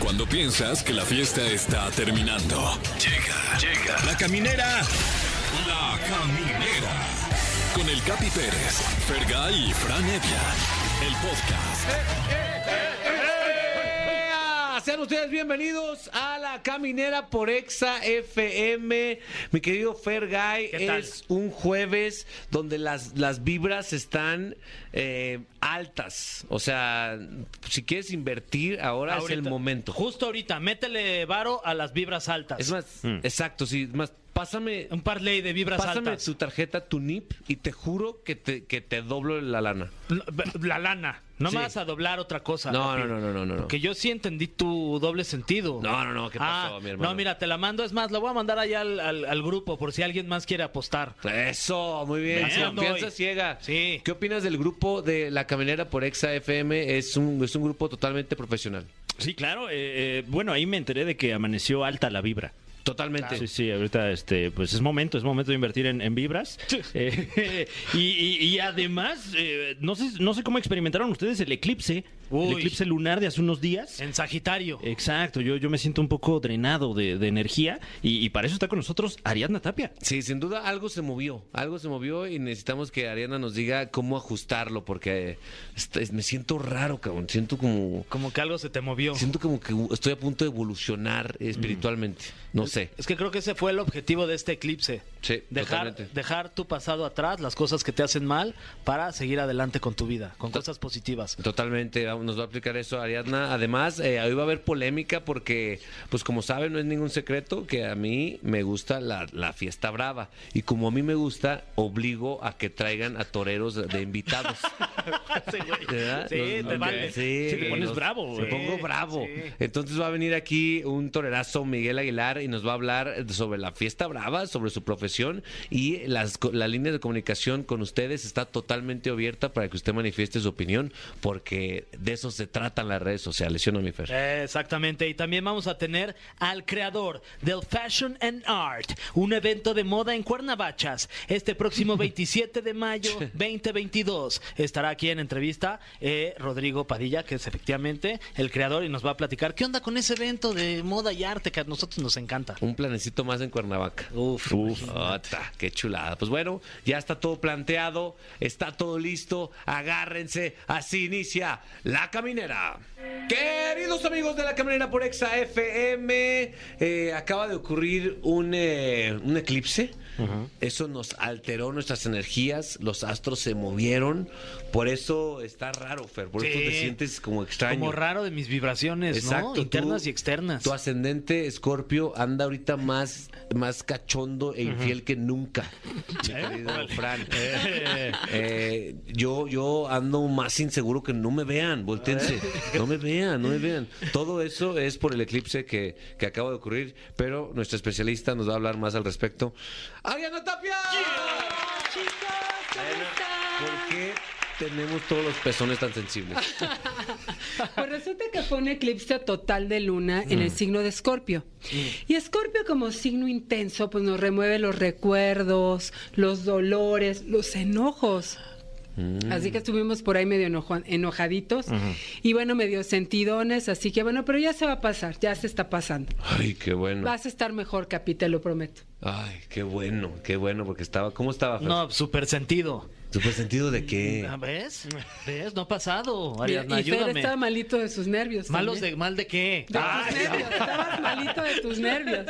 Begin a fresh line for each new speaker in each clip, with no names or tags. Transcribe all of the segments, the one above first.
Cuando piensas que la fiesta está terminando. Llega, llega. La caminera. La caminera. Con el Capi Pérez, Fergay y Fran Evia. El podcast.
¡Ea! Sean ustedes bienvenidos a la caminera por Exa FM. Mi querido Fergay,
¿Qué tal?
es un jueves donde las, las vibras están eh, altas. O sea, si quieres invertir, ahora
Ahorita.
es el momento.
Justo ahorita, métele varo a las vibras altas.
Es más,
Mm.
exacto, sí, es más, pásame,
un parlay de vibras
pásame
altas.
tu tarjeta, tu NIP, y te juro que te, que te doblo la lana.
No, La lana. No
Sí.
me vas a doblar otra cosa.
No,
Rafi.
no, no, no, no, no, no.
Porque yo sí entendí tu doble sentido.
No, no, no, ¿qué pasó,
Ah,
mi hermano?
No, mira, te la mando. Es más, la voy a mandar allá al, al- al grupo por si alguien más quiere apostar.
Eso, muy bien.
Bien,
Confianza
Doy.
ciega.
Sí.
¿Qué opinas del grupo de La Caminera por Exa FM? Es un, es un grupo totalmente profesional.
Sí, claro. eh, eh, bueno, ahí me enteré de que amaneció alta la vibra.
Totalmente.
Sí, sí, ahorita este, pues es momento, es momento de invertir en, en vibras. Eh, y, y- y además, eh, no, sé, no sé cómo experimentaron ustedes el eclipse,
Uy.
el eclipse lunar de hace unos días.
En Sagitario.
Eh.
Exacto, yo, yo me siento un poco drenado de, de energía y, y para eso está con nosotros Ariadna Tapia.
Sí, sin duda algo se movió, algo se movió y necesitamos que Ariana nos diga cómo ajustarlo porque eh, está- es- me siento raro, cabrón, siento como
Como que algo se te movió.
siento como que estoy a punto de evolucionar espiritualmente, no sé.
Es que creo que ese fue el objetivo de este eclipse.
Sí,
dejar,
totalmente.
dejar tu pasado atrás, las cosas que te hacen mal, para seguir adelante con tu vida, con
To-
cosas positivas.
Totalmente, vamos, nos va a aplicar eso Ariadna. Además, eh, hoy va a haber polémica porque, pues como saben, no es ningún secreto que a mí me gusta la, la fiesta brava. Y como a mí me gusta, obligo a que traigan a toreros de invitados.
Sí, güey.
¿Verdad?
Sí,
Los-
te
los-
vale.
sí,
Sí, te pones
los-
bravo,
Me
güey.
pongo
Sí,
bravo.
sí.
Entonces va a venir aquí un torerazo Miguel Aguilar y nos va a hablar sobre la fiesta brava, sobre su profesión y las, co- la línea de comunicación con ustedes está totalmente abierta para que usted manifieste su opinión porque de eso se tratan las redes sociales, ¿sí o no, mi Fer?
Eh, Exactamente, y también vamos a tener al creador del Fashion and Art, un evento de moda en Cuernavachas, este próximo 27 de mayo 2022. Estará aquí en entrevista eh, Rodrigo Padilla, que es efectivamente el creador y nos va a platicar qué onda con ese evento de moda y arte que a nosotros nos encanta.
Un planecito más en Cuernavaca.
Uf,
Ota, qué chulada. Pues bueno, ya está todo planteado, está todo listo. Agárrense, así inicia la caminera. Queridos amigos de la caminera por Exa FM, eh, acaba de ocurrir un, eh, un eclipse. Eso nos alteró nuestras energías, los astros se movieron. Por eso está raro, Fer. Por eso
Sí.
te sientes como extraño.
como raro de mis vibraciones, ¿no?
tú-
Internas y externas.
Tu ascendente, Escorpio, anda ahorita más, más cachondo e infiel que nunca. mi querido
Eh,
Fran. Eh, yo, yo ando más inseguro que no me vean, volteense.
Eh.
No me vean, no me vean. Todo eso es por el eclipse que, que acaba de ocurrir, pero nuestra especialista nos va a hablar más al respecto. ¡Ariana Tapia! Ariana, ¿Por qué tenemos todos los pezones tan sensibles?
Pues resulta que fue un eclipse total de luna en el signo de Escorpio. Y Escorpio como signo intenso, pues nos remueve los recuerdos, los dolores, los enojos. Así que estuvimos por ahí medio enojo- enojaditos y bueno, medio sentidones, así que bueno, pero ya se va a pasar, ya se está pasando.
Ay, qué bueno.
Vas a estar mejor, Capi, te lo prometo.
Ay, qué bueno, qué bueno, porque estaba. ¿Cómo estaba? Fer?
No, super sentido.
¿Super sentido de qué?
Ah, ¿Ves? ¿Ves? No ha pasado.
Mira,
Ariadna,
y Fer
ayúdame.
estaba malito de sus nervios.
¿Malos
también.
de mal de qué?
De
Ah,
tus nervios, estabas malito de tus nervios.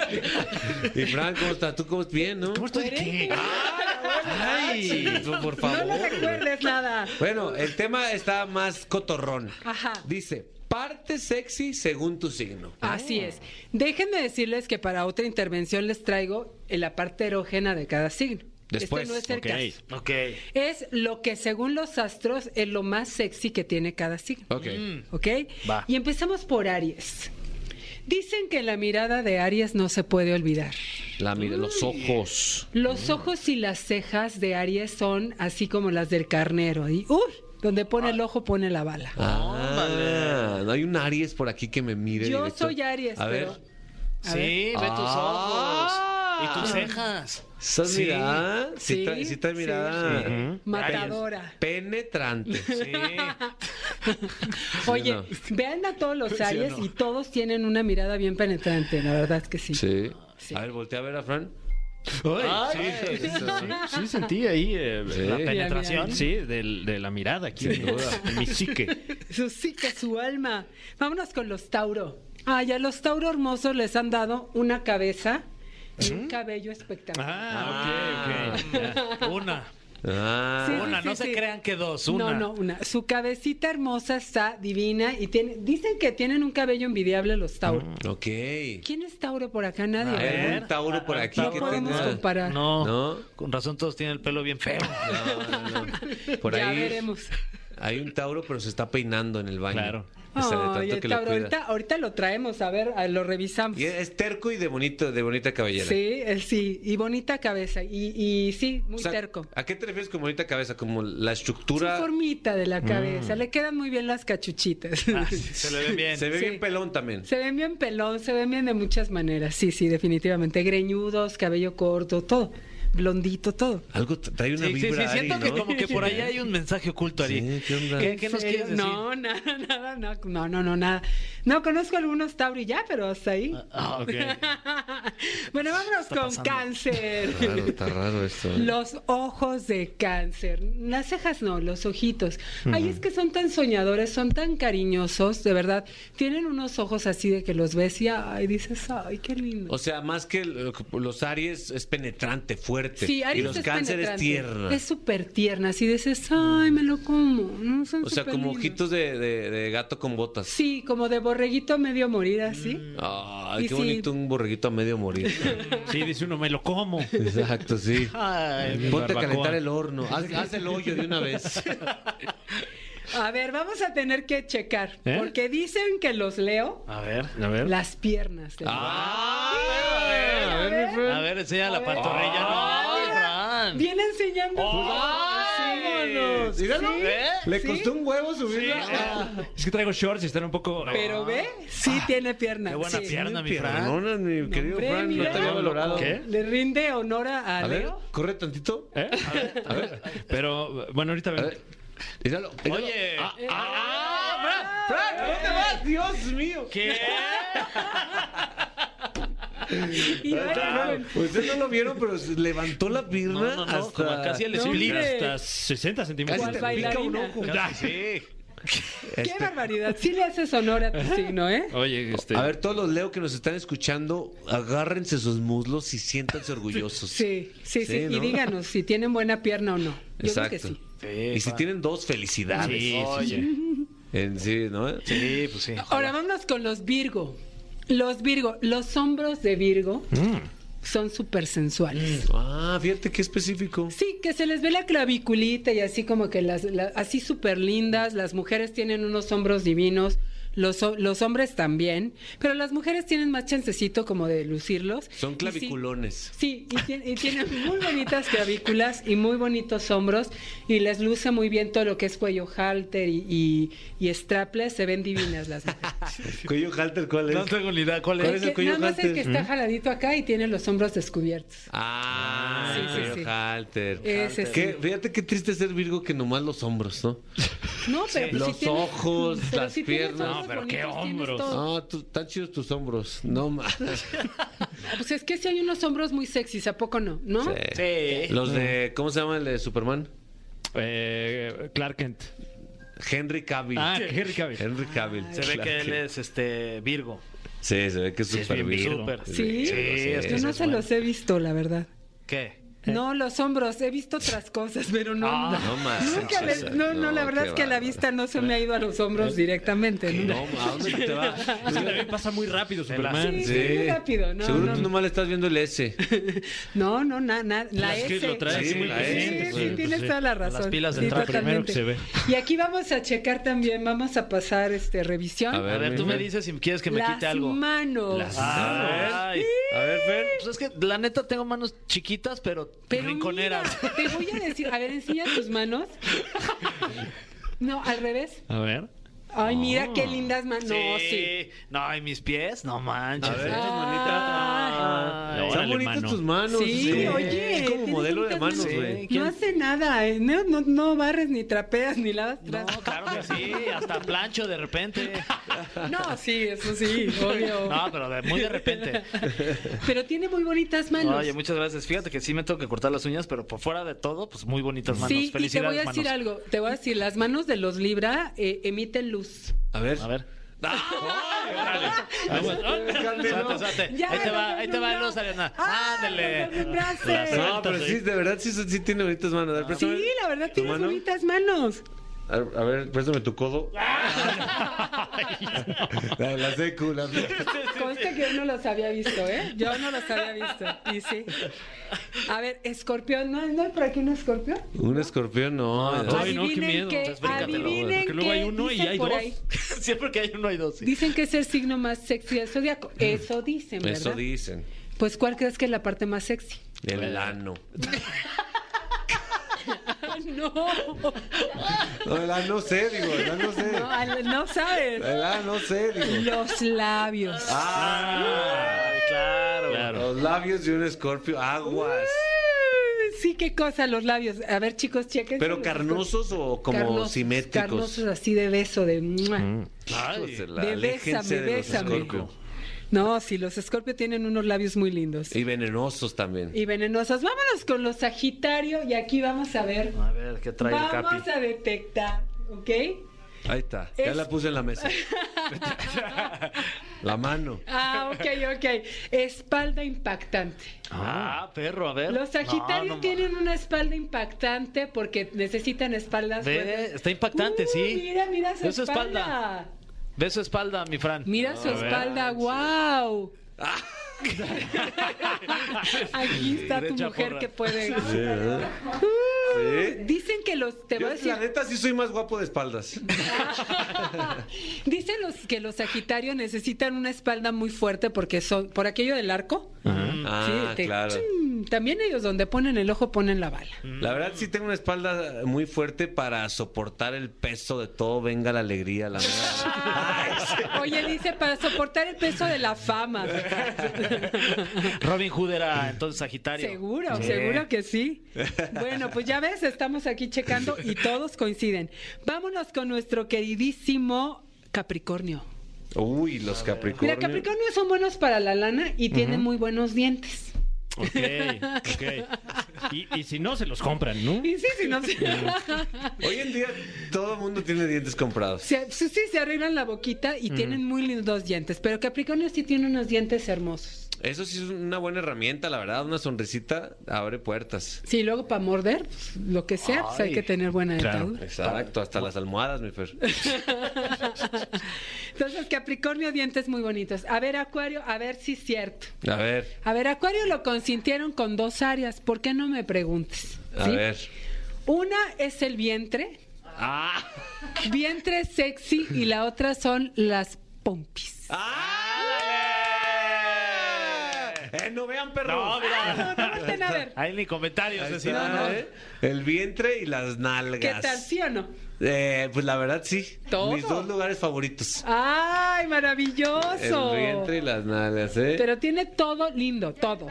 Y Fran, ¿cómo estás? ¿Tú cómo estás? Bien, no?
¿Cómo estoy de
¿eh?
qué?
Ah,
Ay, por- por favor.
No le recuerdes nada.
Bueno, el tema está más cotorrón.
Ajá.
Dice, parte sexy según tu signo.
Así es. Déjenme decirles que para otra intervención les traigo en la parte erógena de cada signo.
Después,
Este no es el
ok.
caso.
Ok.
Es lo que según los astros es lo más sexy que tiene cada signo. Mm.
Ok.
¿Ok?
Va.
Y empezamos por Aries. Dicen que la mirada de Aries no se puede olvidar.
La mira, los ojos.
Los ojos y las cejas de Aries son así como las del carnero. Y, ¡Uy! Donde pone el ojo, pone la bala.
Ah, no hay un Aries por aquí que me mire.
Yo
directo?
soy Aries,
A ver.
pero- A
Sí, ve tus ojos.
Ah,
¿Y tus cejas?
¿Estás
Sí,
mirada? Sí,
sí,
trae, sí trae
sí,
mirada.
sí.
Ujú.
Matadora.
Penetrante.
Oye,
no?
vean a todos los Aries y todos tienen una mirada bien penetrante, la verdad es que sí.
Sí.
Sí.
A ver, voltea a ver a Fran.
Ay, sí, sí, sí, sentí ahí eh,
Sí.
la
Mira,
penetración
mira.
sí, del- de, la mirada aquí, sin duda, en mi psique.
Su psique, su alma. Vámonos con los Tauro. Ay, a los Tauro hermosos les han dado una cabeza y
¿Mm?
un cabello espectacular.
Ah, ok, ok. Ya.
Una.
Ah.
Sí,
Una, no se
sí.
crean que dos, una.
No, no, una. Su cabecita hermosa está divina y tiene, dicen que tienen un cabello envidiable los Tauro.
Ok.
¿Quién es Tauro por acá?
Mm. A
Nadie.
ver,
¿verdad?
un Tauro por aquí
No
que
¿eh? podemos
tenga-
comparar.
No,
¿No?
con razón todos tienen el pelo bien feo.
No, no, no. Por
ya
ahí
veremos.
hay un Tauro, pero se está peinando en el baño.
Claro.
O sea, de tanto
Ay, el
que lo
Tauro,
cuida.
ahorita, ahorita lo traemos, a ver, a- lo revisamos.
Y es- es terco y de bonito, de bonita cabellera.
Sí, él sí, y bonita cabeza, y, y sí, muy
O sea,
terco.
¿A qué te refieres con bonita cabeza? Como la
Su
estructura.
formita de la cabeza, le quedan muy bien las cachuchitas.
Se le ve bien.
Se ve
Sí.
bien pelón también.
Se ven bien pelón, se ven bien de muchas maneras, sí, sí, definitivamente. Greñudos, cabello corto, todo, blondito, todo.
Algo t- trae una
Sí, sí,
vibra.
sí, siento
Ari,
que
¿no?
como que por ahí hay un mensaje oculto, Ari.
Sí, ¿qué onda?
¿Qué, qué nos
¿En serio?
quieres decir?
No, nada, nada, no, no, no, no, nada. No, conozco algunos Tauri ya, pero hasta ahí.
Ah, ok.
bueno, vámonos
Está
con
pasando.
cáncer.
Raro, está raro esto. ¿eh?
Los ojos de cáncer. Las cejas no, los ojitos. Ay, es que son tan soñadores, son tan cariñosos, de verdad. Tienen unos ojos así de que los ves y ay, dices, ay, qué lindo.
O sea, más que el- los Aries es penetrante, fuerte.
Sí,
y
Aries
los
es
cánceres
penetrante.
tierna.
Es súper tierna, así dices, ay, me lo como. No, son
O sea,
súper
como
lindos.
ojitos de, de- de gato con botas.
Sí, como de borreguito medio morir así.
Mm. Ay,
Y
qué
sí.
bonito un borreguito a medio morir.
Sí, dice uno, me lo como.
Exacto, sí.
Ay,
mi
Ponte a
barbacoa.
calentar el horno. Haz, haz el hoyo de una vez.
A ver, vamos a tener que checar,
¿Eh?
porque dicen que los leo
A ver, a ver.
las piernas. de-
Ah,
a ver, a ver, mi Fran.
a ver, enseña
A
la
ver.
pantorrilla.
Ah,
Ay,
mira,
Fran.
Viene enseñando.
Oh,
Ay.
Vámonos.
Míralo.
Sí,
Le
¿eh?
sí.
costó un huevo
Sí,
subirla.
ah, es que traigo shorts y están un poco...
Pero ve,
Ah,
sí tiene pierna.
Ah, Qué buena
sí.
pierna, mi Fran.
Perdona, mi querido
hombre,
Fran, no
mira.
te había valorado.
¿Qué?
Le rinde honor a, a
A ver,
Leo.
corre tantito.
¿Eh? A ver, pero bueno, ahorita
A
ven.
ver. Míralo. míralo.
Oye.
Ah, ah, ah, Fran, Fran, ¿dónde vas? Dios mío.
¿Qué?
ah,
Ah, Y ahora,
Fran,
bueno,
Ustedes no lo vieron, pero se levantó la
No,
pierna
no, no,
hasta
como casi el
No,
split.
hombre.
Hasta 60 centímetros.
casi
cual
te pica un
bailarina.
ojo.
Casi, sí.
Qué barbaridad. Sí le haces honor a tu signo, ¿eh?
Oh.
Oye, este...
A ver, todos los Leo que nos están escuchando, agárrense sus muslos y siéntanse orgullosos.
Sí, sí, sí.
Sí,
Y
¿no?
díganos si tienen buena pierna o no. Yo creo que sí.
y si tienen dos, felicidades.
Sí, sí, sí.
En sí, ¿no?
Sí, pues sí.
Ahora vámonos con los Virgo. Los Virgo, los hombros de Virgo son súper sensuales.
Ah, fíjate qué específico.
Sí, que se les ve la claviculita y así como que las, la- así súper lindas. Las mujeres tienen unos hombros divinos, los, ho- los hombres también, pero las mujeres tienen más chancecito como de lucirlos.
Son
Y sí-
claviculones.
Sí, y, tien- y tienen muy bonitas clavículas y muy bonitos hombros y les luce muy bien todo lo que es cuello halter y, y, y strapless, se ven divinas las mujeres.
Cuello halter, ¿cuál es?
No tengo ni idea cuál
¿Cuál
es.
es el cuello
nada más el que
halter?
está jaladito acá y tiene los hombros descubiertos.
Ah,
Sí,
el
sí,
cuello
sí.
halter.
Ese sí.
Qué- Fíjate qué triste ser Virgo que nomás los hombros, ¿no?
No, pero pues
Los
si tienes-
ojos,
pero
las
si tienes
piernas.
ojos
No, pero qué
bonitos, tienes
hombros.
todo.
No, Ah, tú- están chidos tus hombros. No más.
Pues es que si hay unos hombros muy sexys, ¿a poco no? ¿No?
Sí.
Los de, ¿cómo se llama el de Superman?
Eh, Clark Kent.
Henry Cavill.
Ah, Henry Cavill.
Henry Cavill.
Se ve
claro
que él es este Virgo.
Sí, se ve que es
es
súper
bien
Virgo.
Virgo.
Sí.
Sí, es
Yo
que
no
es
se
bueno.
los he visto, la verdad.
¿Qué?
No, los hombros, he visto otras cosas, pero no.
Ah,
Eh. no más.
Nunca
Sí,
les-
sí, sí.
no, no, la
No,
verdad
qué
es que la
bárbaro.
vista no se me ha ido a los
Eh,
hombros directamente. ¿no?
No, ¿a dónde te va?
Es que también pasa muy rápido Superman.
Sí, muy rápido, no,
Seguro
no,
tú
no.
nomás le estás viendo el S.
No, no, nada, la
Es
S.
que lo trae
sí,
así muy presente,
sí,
pues,
sí, tienes
sí.
toda la razón.
Las pilas
Sí,
del tren
primero que se ve.
Y aquí vamos a checar también, vamos a pasar este revisión.
A
A ver,
mi
tú me
Fer.
dices si quieres que me
Las
quite algo.
manos.
Las-
Ah,
Ay.
A ver, Fer.
Pues es que la neta tengo manos chiquitas, pero,
Pero
rinconeras.
mira, te voy a decir, a ver, enseña tus manos. No, al revés.
A ver.
Ay, mira qué lindas manos. No, sí.
No, y mis pies, no manches.
A ver,
¿eh?
tus
Ah.
manitas.
Ay.
Están
Órale,
bonitas
mano.
tus manos.
Sí, oye,
Es como
tienes
modelo de
muchas
manos,
manos.
güey.
No hace nada, ¿eh? no, no, no barres, ni trapeas, ni lavas.
No,
trastes.
claro que sí, hasta plancho de repente.
No, sí, eso sí, obvio.
No, pero de- muy de repente.
Pero tiene muy bonitas manos.
Oye, muchas gracias. Fíjate que sí me tengo que cortar las uñas, pero por fuera de todo, pues muy bonitas manos.
sí, y te
Felicidades,
voy a decir
manos.
algo. Te voy a decir, las manos de los Libra eh, emiten luz.
A ver. Ah,
A ver.
Ah,
Aguas. Cálmelo.
Suerte, suerte.
Ya,
ahí te
los
va,
del
ahí te va
Libra.
luz, Ariana.
Ah, los del
Ándale.
Libra, sí.
No, pues pero sí, de verdad sí, sí tiene bonitas manos. A ver, préstame
Sí, la verdad
tu
tienes
mano.
bonitas manos.
A ver, a ver, préstame tu codo. La, Ah, la secu, la
Conste que yo no los había visto, ¿eh? Yo no los había visto. Y sí. A ver, escorpión, ¿no, ¿No hay por aquí un escorpión?
Un escorpión, Ah, no.
No, no. Ay, qué
Adivinen
miedo.
qué-
Entonces, bríncatelo, güey,
adivinen
porque luego
qué
hay uno y
dicen
hay
por
dos.
ahí.
Siempre que hay uno, hay dos. sí.
Dicen que es el signo más sexy del zodiaco. Eso dicen, ¿verdad?
Mm. Eso dicen.
Pues, ¿cuál crees que es la parte más sexy?
El ano.
Ah, no.
No, el ano sé, digo, el ano sé.
No, al- no sabes.
El ano sé, digo.
Los labios.
Ah,
Ay, claro.
Claro.
los labios de un escorpio, aguas.
Sí, qué cosa, los labios. A ver, chicos, chequen.
Pero carnosos o como
Carnosos,
simétricos. Mm.
Carnosos así de beso, de... mua.
Ay.
Hijos de la-
De
aléjense
bésame,
de los
bésame.
Scorpio.
No, sí, los escorpios tienen unos labios muy lindos.
Y venenosos también.
Y venenosos. Vámonos con los Sagitario y aquí vamos a ver.
A ver, ¿qué trae el
Vamos
Capi?
a detectar, ¿ok?
Ahí está, ya
Es-
la puse en la mesa. la mano.
Ah, ok, ok. Espalda impactante.
Ah, perro, a ver.
Los Sagitario
No, no
tienen una espalda impactante porque necesitan espaldas.
Ve,
fuertes.
está impactante, sí.
Mira, mira su
Ve su espalda.
espalda.
ma- Ve su espalda, mi Fran.
Mira su
Ah,
espalda, wow. Aquí está tu
Derecha
mujer
porra.
que puede.
¿verdad?
Uh,
Sí.
Dicen que los te
¿eh? Yo,
voy a decir,
La neta sí soy más guapo de espaldas.
dicen los que los Sagitario necesitan una espalda muy fuerte porque son por aquello del arco.
Ah,
Sí, te-
claro.
chum, también ellos donde ponen el ojo ponen la bala.
La verdad sí tengo una espalda muy fuerte para soportar el peso de todo. Venga la alegría, la
Oye, dice para soportar el peso de la fama.
Robin Hood era entonces Sagitario.
Seguro,
Sí.
seguro que sí. Bueno, pues ya ves, estamos aquí checando y todos coinciden. Vámonos con nuestro queridísimo Capricornio.
Uy, los Capricornio.
Mira, Capricornio son buenos para la lana y tienen muy buenos dientes.
Ok, ok. Y, y si no, se los compran, ¿no?
Y sí, sí, no sí.
Hoy en día todo el mundo tiene dientes comprados.
Se- sí, sí, se arreglan la boquita y tienen muy lindos dientes. Pero Capricornio sí tiene unos dientes hermosos.
Eso sí es una buena herramienta, la verdad. Una sonrisita abre puertas.
Sí, luego para morder, pues, lo que sea, pues hay
Ay.
que tener buena
Claro.
dentadura.
Exacto, hasta las almohadas, mi Fer.
Entonces, Capricornio, dientes muy bonitos. A ver, Acuario, a ver si es cierto.
A ver,
A ver, Acuario lo consintieron con dos áreas. ¿Por qué no me preguntes?
a
¿Sí?
ver.
Una es el vientre. Vientre sexy y la otra son las pompis.
¡Eh, no vean, perro!
No, mira.
No, no volteen a ver.
Ahí ni comentarios.
Ahí
así.
está, ¿eh? El vientre y las nalgas.
¿Qué tal, sí o no?
Eh, pues la verdad sí.
Todo.
Mis dos lugares favoritos.
¡Ay, maravilloso!
El vientre y las nalgas, ¿eh?
Pero tiene todo lindo, todo.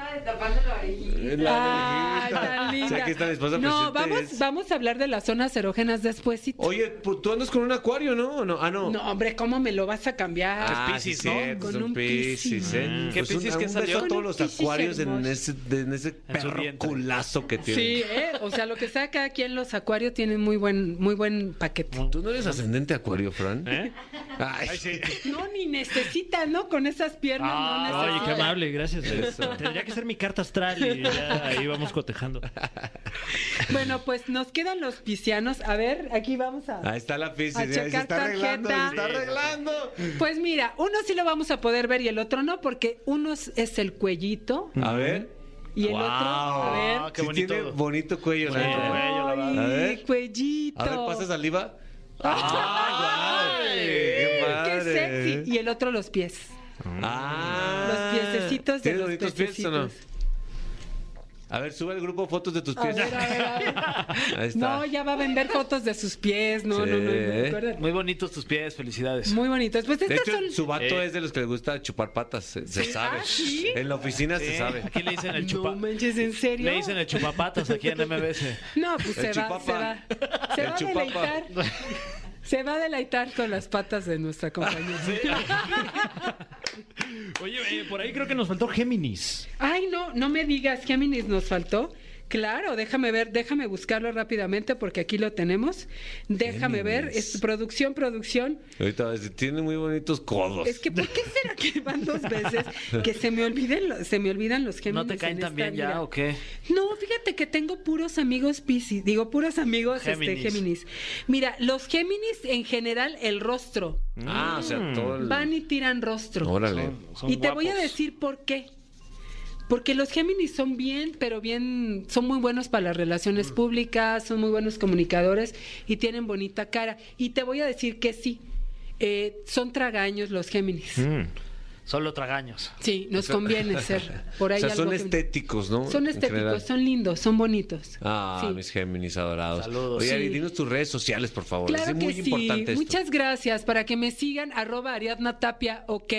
Eh, la
¡Ay,
orejita.
tan linda!
O sea, que esta esposa
no,
presente
vamos,
es-
vamos a hablar de las zonas erógenas despuésito.
Oye, pu- tú andas con un acuario, ¿no? ¿O no? Ah, no.
No, hombre, ¿cómo me lo vas a cambiar?
Ah,
Es Piscis,
sí,
¿no?
cierto,
Con
es
un
un piscis,
Piscis.
¿eh?
Ah. ¿Qué
Pues un-
Piscis
un
que
beso
salió?
a todos
Con un
los
Piscis
acuarios en
hermoso.
ese, de- en ese perro
vientre.
culazo que tiene.
Sí, ¿eh? o sea, lo que sea, cada quien los acuarios tienen muy buen, muy buen paquete.
¿Tú no eres ascendente acuario, Fran?
¿Eh?
Ay,
No, ni necesita, ¿no? Con esas piernas
Ah,
no
Oye,
necesita.
qué amable, gracias.
Eso.
Tendría que ser mi carta astral y ya ahí vamos cotejando.
Bueno, pues nos quedan los piscianos. A ver, aquí vamos a...
Ahí está la Piscis.
A
mira, Se
checar
está arreglando, se
tarjeta.
está arreglando.
Pues mira, uno sí lo vamos a poder ver y el otro no, porque uno es- es el cuellito
A ver.
y el otro,
Guau. Ah,
a ver,
Ah, qué
Sí
bonito.
tiene bonito cuello, la
Bonito
neta.
cuello. la
ay,
verdad. A ver.
cuellito.
A Ah, ver, pasa saliva.
Ay,
¡Ay, guau!
qué
padre!
sexy. Y el otro los pies.
Ah.
Mm.
Los piececitos de
¿Tiene
los
bonitos Ah, pies o no?
pececitos.
A ver, sube el grupo fotos de tus
A
pies.
ver, a ver, a ver.
Ahí está.
No, ya va a vender fotos de sus pies. No, no, no, no,
Sí.
acuérdate.
Muy bonitos tus pies, felicidades.
Muy bonitos. Pues
De
estas
hecho,
son.
su vato
Eh.
es de los que les gusta chupar patas, se, se sabe.
Ah, ¿sí?
En la oficina se
Sí,
sabe.
Aquí le dicen el chupa.
No manches, ¿en serio?
le dicen el chupapatas aquí en MBS.
No,
El
pues se va, se
chupapa.
va. Se
El
va a
chupapa.
deleitar. Se va a deleitar con las patas de nuestra compañera.
Oye, eh, por ahí creo que nos faltó Géminis.
Ay, no, no me digas, Géminis nos faltó. Claro, déjame ver, déjame buscarlo rápidamente porque aquí lo tenemos. Déjame ver, es producción, producción.
Ahorita va a decir, tiene muy bonitos codos.
Pues
Es que ¿por qué será que van dos veces que se me olviden, lo- se me olvidan los Géminis?
¿No te caen
en
tan
esta
bien ya
vida?
o qué?
No, fíjate que tengo puros amigos Piscis, digo puros amigos
Géminis.
Géminis. Este, Géminis. Mira, los Géminis en general el rostro
Ah, o sea, todo el...
van y tiran rostro.
Órale.
Son
y te voy a
guapos.
decir por qué. Porque los Géminis son bien, pero bien, son muy buenos para las
Mm.
relaciones públicas, son muy buenos comunicadores y tienen bonita cara. Y te voy a decir que sí, eh, son tragaños los Géminis.
Mm.
Solo tragaños.
Sí, nos conviene ser. Por ahí
o sea,
algo
son
que-
estéticos, ¿no?
Son
En general.
estéticos, son lindos, son bonitos.
Ah,
Sí.
mis Géminis adorados.
Saludos.
Oye,
Sí.
Ari, dinos tus redes sociales, por favor.
Claro
es
que
muy
sí.
importante esto.
Muchas gracias. Para que me sigan, arroba Ariadna Tapia, ok.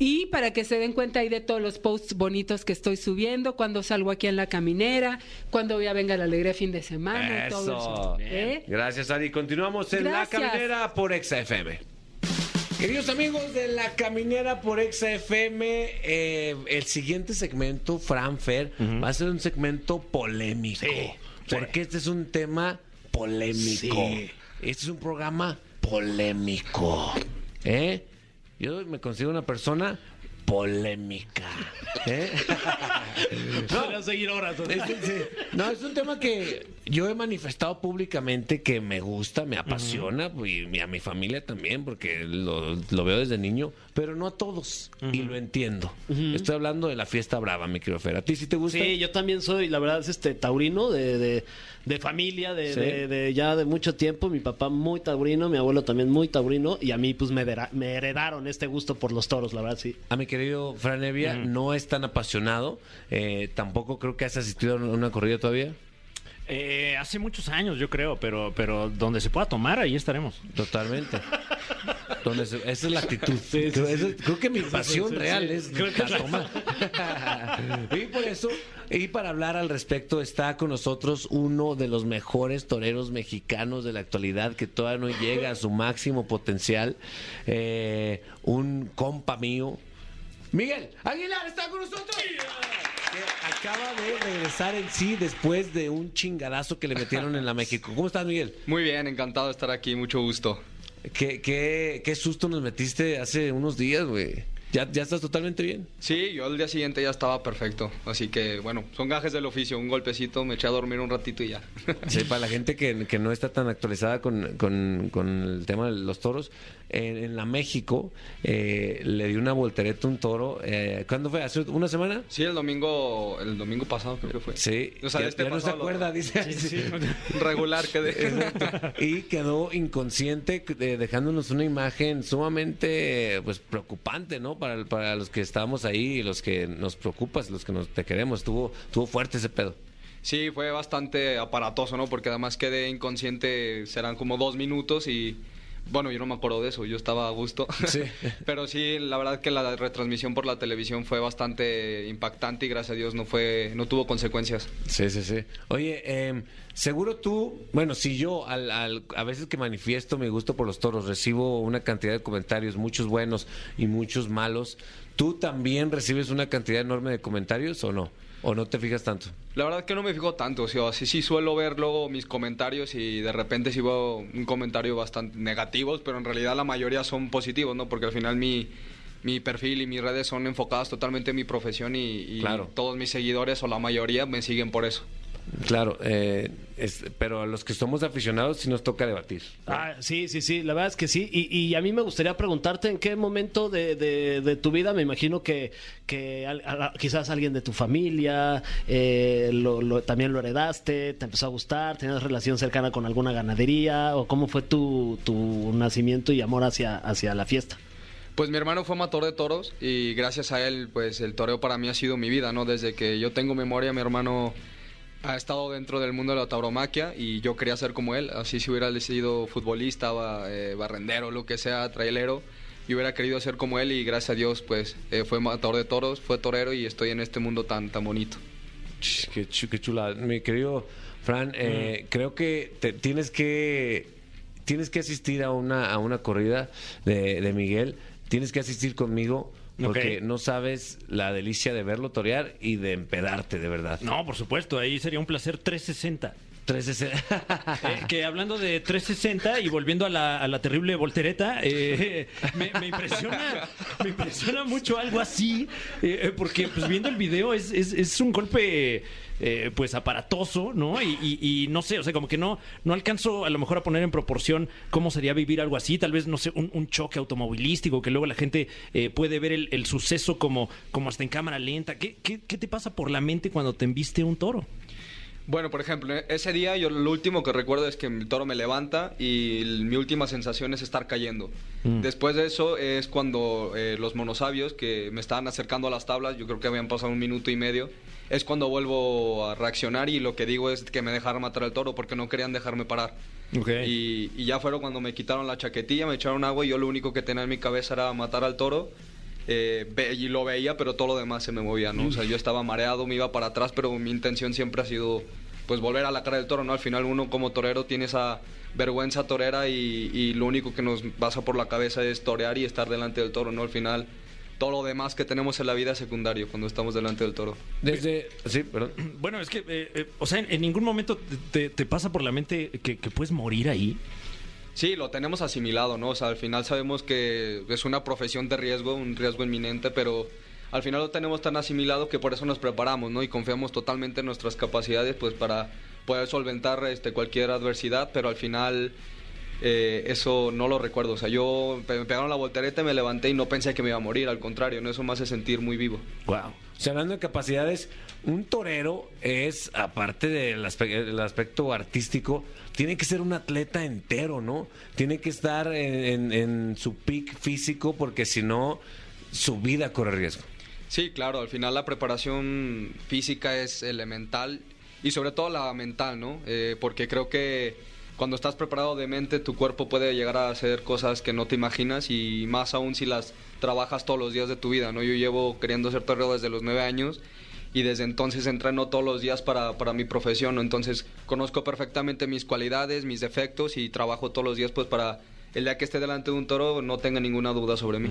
Y para que se den cuenta ahí de todos los posts bonitos que estoy subiendo, cuando salgo aquí en la caminera, cuando ya venga la alegría fin de semana y todo
Eso.
eso. ¿eh?
Gracias, Ari. Continuamos en
Gracias.
La Caminera por Exa FM. Queridos amigos de La Caminera por Exa FM, eh, el siguiente segmento, Franfer, va a ser un segmento polémico.
Sí,
porque este es un tema polémico.
Sí.
Este es un programa polémico. ¿Eh? Yo me considero una persona polémica. ¿Eh?
Podrían seguir horas. ¿no?
Es- es- no, es un tema que yo he manifestado públicamente que me gusta, me apasiona y y a mi familia también, porque lo, lo veo desde niño, pero no a todos y lo entiendo. Estoy hablando de la fiesta brava, mi querido Fer. ¿A ti sí te gusta?
Sí, yo también soy, la verdad, es este taurino de, de, de familia, de,
Sí.
de- de ya de mucho tiempo. Mi papá muy taurino, mi abuelo también muy taurino. Y a mí, pues, me, vera- me heredaron este gusto por los toros, la verdad, sí.
A mi querido Fran Evia no es tan apasionado, eh, tampoco creo que has asistido a una corrida todavía.
Eh, hace muchos años, yo creo, pero, pero donde se pueda tomar, ahí estaremos.
Totalmente. Donde se- esa es la actitud. creo, eso- creo que mi pasión real es la toma. y por eso, y para hablar al respecto, está con nosotros uno de los mejores toreros mexicanos de la actualidad que todavía no llega a su máximo potencial. Eh, un compa mío. Miguel Aguilar está con nosotros. Que acaba de regresar en sí después de un chingadazo que le metieron en la México. ¿Cómo estás, Miguel?
Muy bien, encantado de estar aquí, mucho gusto.
¿Qué, qué, qué susto nos metiste hace unos días, güey. ¿Ya, ya estás totalmente bien.
Sí, yo al día siguiente ya estaba perfecto, así que bueno, son gajes del oficio, un golpecito, me eché a dormir un ratito y ya.
Sí, para la gente que, que no está tan actualizada con, con- con el tema de los toros, en, en la México eh, le di una voltereta a un toro. eh, ¿Cuándo fue? ¿Hace una semana?
Sí, el domingo, el domingo pasado creo que fue.
Sí.
o sea,
ya,
de este
ya no se
pasado, lo-
acuerda, dice.
Regular que
Exacto. Y quedó inconsciente, eh, dejándonos una imagen sumamente eh, pues preocupante, ¿no? Para, para los que estábamos ahí y los que nos preocupas, los que nos, te queremos. Estuvo, estuvo fuerte ese pedo.
Sí, fue bastante aparatoso, ¿no? Porque además quedé inconsciente, serán como dos minutos y... Bueno, yo no me acuerdo de eso, yo estaba a gusto.
Sí.
Pero sí, la verdad que la retransmisión por la televisión fue bastante impactante y gracias a Dios no fue, no tuvo consecuencias.
Sí, sí, sí. Oye, em, seguro tú, bueno, si yo al- al- a veces que manifiesto mi gusto por los toros, recibo una cantidad de comentarios, muchos buenos y muchos malos, ¿tú también recibes una cantidad enorme de comentarios o no? ¿O no te fijas tanto?
La verdad que no me fijo tanto, o sea, sí, sí suelo ver luego mis comentarios y de repente sí veo un comentario bastante negativos, pero en realidad la mayoría son positivos, ¿no? Porque al final mi, mi perfil y mis redes son enfocadas totalmente en mi profesión y, y
Claro.
todos mis seguidores o la mayoría me siguen por eso.
Claro, eh, es- pero a los que somos aficionados sí nos toca debatir.
Ah, sí, sí, sí, la verdad es que sí. Y, y a mí me gustaría preguntarte en qué momento de, de- de tu vida, me imagino que, que al- a- quizás alguien de tu familia eh, lo- lo- también lo heredaste, te empezó a gustar, tenías relación cercana con alguna ganadería, o cómo fue tu, tu nacimiento y amor hacia, hacia la fiesta.
Pues mi hermano fue matador de toros y gracias a él, pues el toreo para mí ha sido mi vida, ¿no? Desde que yo tengo memoria, mi hermano ha estado dentro del mundo de la tauromaquia y yo quería ser como él. Así si hubiera sido futbolista, ba- eh, barrendero, lo que sea, trailero, yo hubiera querido ser como él y gracias a Dios, pues eh, fue matador de toros, fue torero y estoy en este mundo tan, tan bonito.
Ch, Qué, chu- qué chulada. Mi querido Fran, eh, creo que te- tienes que tienes que asistir a una, a una corrida de, de Miguel. Tienes que asistir conmigo porque
Ok.
no sabes la delicia de verlo torear y de empedarte, de verdad.
No, por supuesto, ahí sería un placer 360.
360.
Eh, que hablando de 360 y volviendo a la, a la terrible voltereta, eh, me, me impresiona, me impresiona mucho algo así, eh, eh, porque pues viendo el video es, es- es un golpe eh, pues aparatoso, ¿no? Y, y- y no sé, o sea, como que no, no alcanzo a lo mejor a poner en proporción cómo sería vivir algo así, tal vez, no sé, un, un choque automovilístico, que luego la gente eh, puede ver el, el suceso como, como hasta en cámara lenta. ¿Qué, qué, qué te pasa por la mente cuando te embiste un toro?
Bueno, por ejemplo, e-, ese día yo lo último que recuerdo es que el toro me levanta y l- mi última sensación es estar cayendo. Después de eso es cuando eh, los monosabios que me estaban acercando a las tablas, yo creo que habían pasado un minuto y medio, es cuando vuelvo a reaccionar y lo que digo es que me dejaron matar al toro porque no querían dejarme parar.
Ok.
Y, y ya fueron cuando me quitaron la chaquetilla, me echaron agua y yo lo único que tenía en mi cabeza era matar al toro. eh, ve- y lo veía, pero todo lo demás se me movía, ¿no? O sea, yo estaba mareado, me iba para atrás, pero mi intención siempre ha sido, pues, volver a la cara del toro, ¿no? Al final uno como torero tiene esa vergüenza torera y, y lo único que nos pasa por la cabeza es torear y estar delante del toro, ¿no? Al final todo lo demás que tenemos en la vida es secundario cuando estamos delante del toro.
Desde. Sí, perdón.
Bueno, es que, eh, eh, o sea, en, en ningún momento te, te- te pasa por la mente que, que puedes morir ahí.
Sí, lo tenemos asimilado, ¿no? O sea, al final sabemos que es una profesión de riesgo, un riesgo inminente, pero al final lo tenemos tan asimilado que por eso nos preparamos, ¿no? Y confiamos totalmente en nuestras capacidades, pues, para poder solventar este, cualquier adversidad, pero al final eh, eso no lo recuerdo. O sea, yo pe- me pegaron la voltereta, y me levanté y no pensé que me iba a morir, al contrario, ¿no? Eso me hace sentir muy vivo.
Wow. O sea, hablando de capacidades, un torero es, aparte del aspe- el aspecto artístico, tiene que ser un atleta entero, ¿no? Tiene que estar en, en- en su pick físico porque si no, su vida corre riesgo.
Sí, claro, al final la preparación física es elemental y sobre todo la mental, ¿no? Eh, porque creo que cuando estás preparado de mente, tu cuerpo puede llegar a hacer cosas que no te imaginas y más aún si las trabajas todos los días de tu vida, ¿no? Yo llevo queriendo ser torero desde los nueve años y desde entonces entreno todos los días para, para mi profesión, ¿no? Entonces conozco perfectamente mis cualidades, mis defectos y trabajo todos los días pues para el día que esté delante de un toro no tenga ninguna duda sobre mí.